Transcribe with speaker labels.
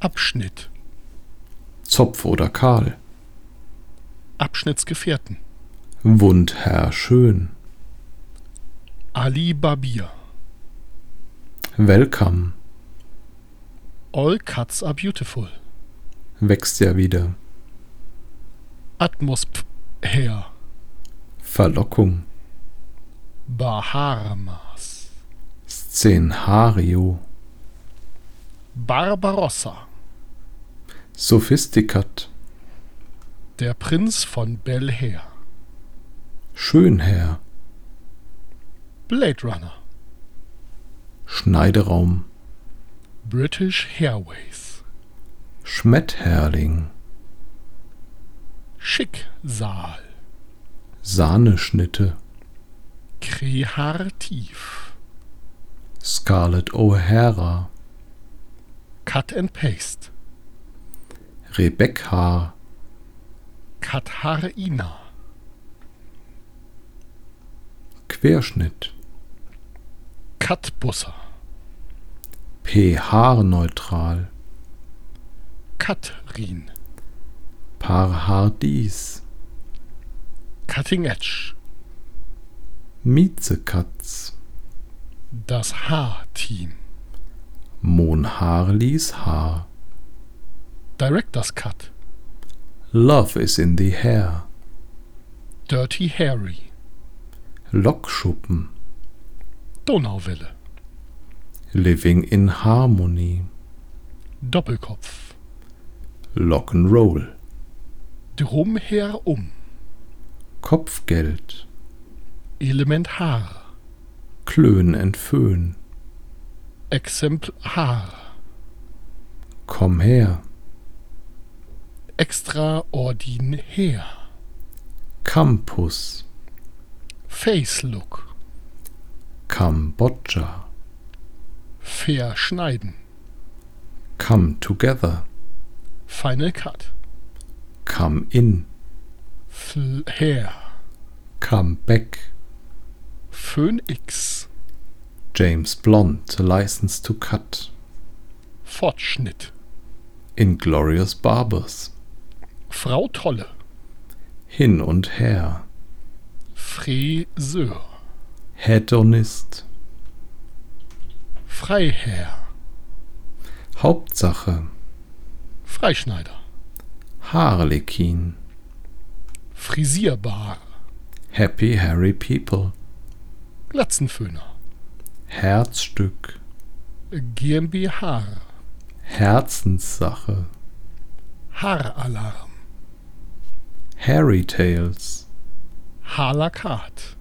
Speaker 1: Abschnitt,
Speaker 2: Zopf oder kahl,
Speaker 1: Abschnittsgefährten,
Speaker 2: Wundherr schön,
Speaker 1: Ali Babir,
Speaker 2: Welcome,
Speaker 1: All Cuts Are Beautiful,
Speaker 2: wächst ja wieder,
Speaker 1: Atmosphäre,
Speaker 2: Verlockung,
Speaker 1: Bahamas,
Speaker 2: Szenario,
Speaker 1: Barbarossa,
Speaker 2: Sophistikat,
Speaker 1: der Prinz von Bel Air,
Speaker 2: Schönherr,
Speaker 1: Blade Runner,
Speaker 2: Schneideraum,
Speaker 1: British Airways,
Speaker 2: Schmetterling,
Speaker 1: Schicksal,
Speaker 2: Sahneschnitte,
Speaker 1: Kreativ,
Speaker 2: Scarlett O'Hara,
Speaker 1: Cut and Paste,
Speaker 2: Rebecca,
Speaker 1: Katharina,
Speaker 2: Querschnitt,
Speaker 1: Cutbusser,
Speaker 2: pH-neutral,
Speaker 1: Katrin,
Speaker 2: Parhardies,
Speaker 1: Cutting Edge,
Speaker 2: Miezekatz,
Speaker 1: das H-Team,
Speaker 2: Monharlis Haar,
Speaker 1: Director's Cut,
Speaker 2: Love is in the Hair,
Speaker 1: Dirty Harry,
Speaker 2: Lockschuppen,
Speaker 1: Donauwelle,
Speaker 2: Living in Harmony,
Speaker 1: Doppelkopf,
Speaker 2: Lock'n'Roll,
Speaker 1: Drumherum,
Speaker 2: Kopfgeld,
Speaker 1: Elementar,
Speaker 2: Klön entföhn,
Speaker 1: Exemplar,
Speaker 2: komm her,
Speaker 1: Extraordinär,
Speaker 2: Campus,
Speaker 1: Facelook,
Speaker 2: Kambodscha,
Speaker 1: Verschneiden,
Speaker 2: Come Together,
Speaker 1: Final Cut,
Speaker 2: Come In,
Speaker 1: Flair,
Speaker 2: Come Back,
Speaker 1: Föhn X,
Speaker 2: James Blond, License to Cut,
Speaker 1: Fortschnitt,
Speaker 2: Inglorious Barbers,
Speaker 1: Frau Tolle,
Speaker 2: Hin und Her,
Speaker 1: Friseur,
Speaker 2: Hedonist,
Speaker 1: Freiherr,
Speaker 2: Hauptsache,
Speaker 1: Freischneider,
Speaker 2: Harlekin,
Speaker 1: Frisierbar,
Speaker 2: Happy Harry People,
Speaker 1: Glatzenföhner,
Speaker 2: Herzstück,
Speaker 1: GmbH,
Speaker 2: Herzenssache,
Speaker 1: Haaralarm,
Speaker 2: Harry Tales,
Speaker 1: Halakat,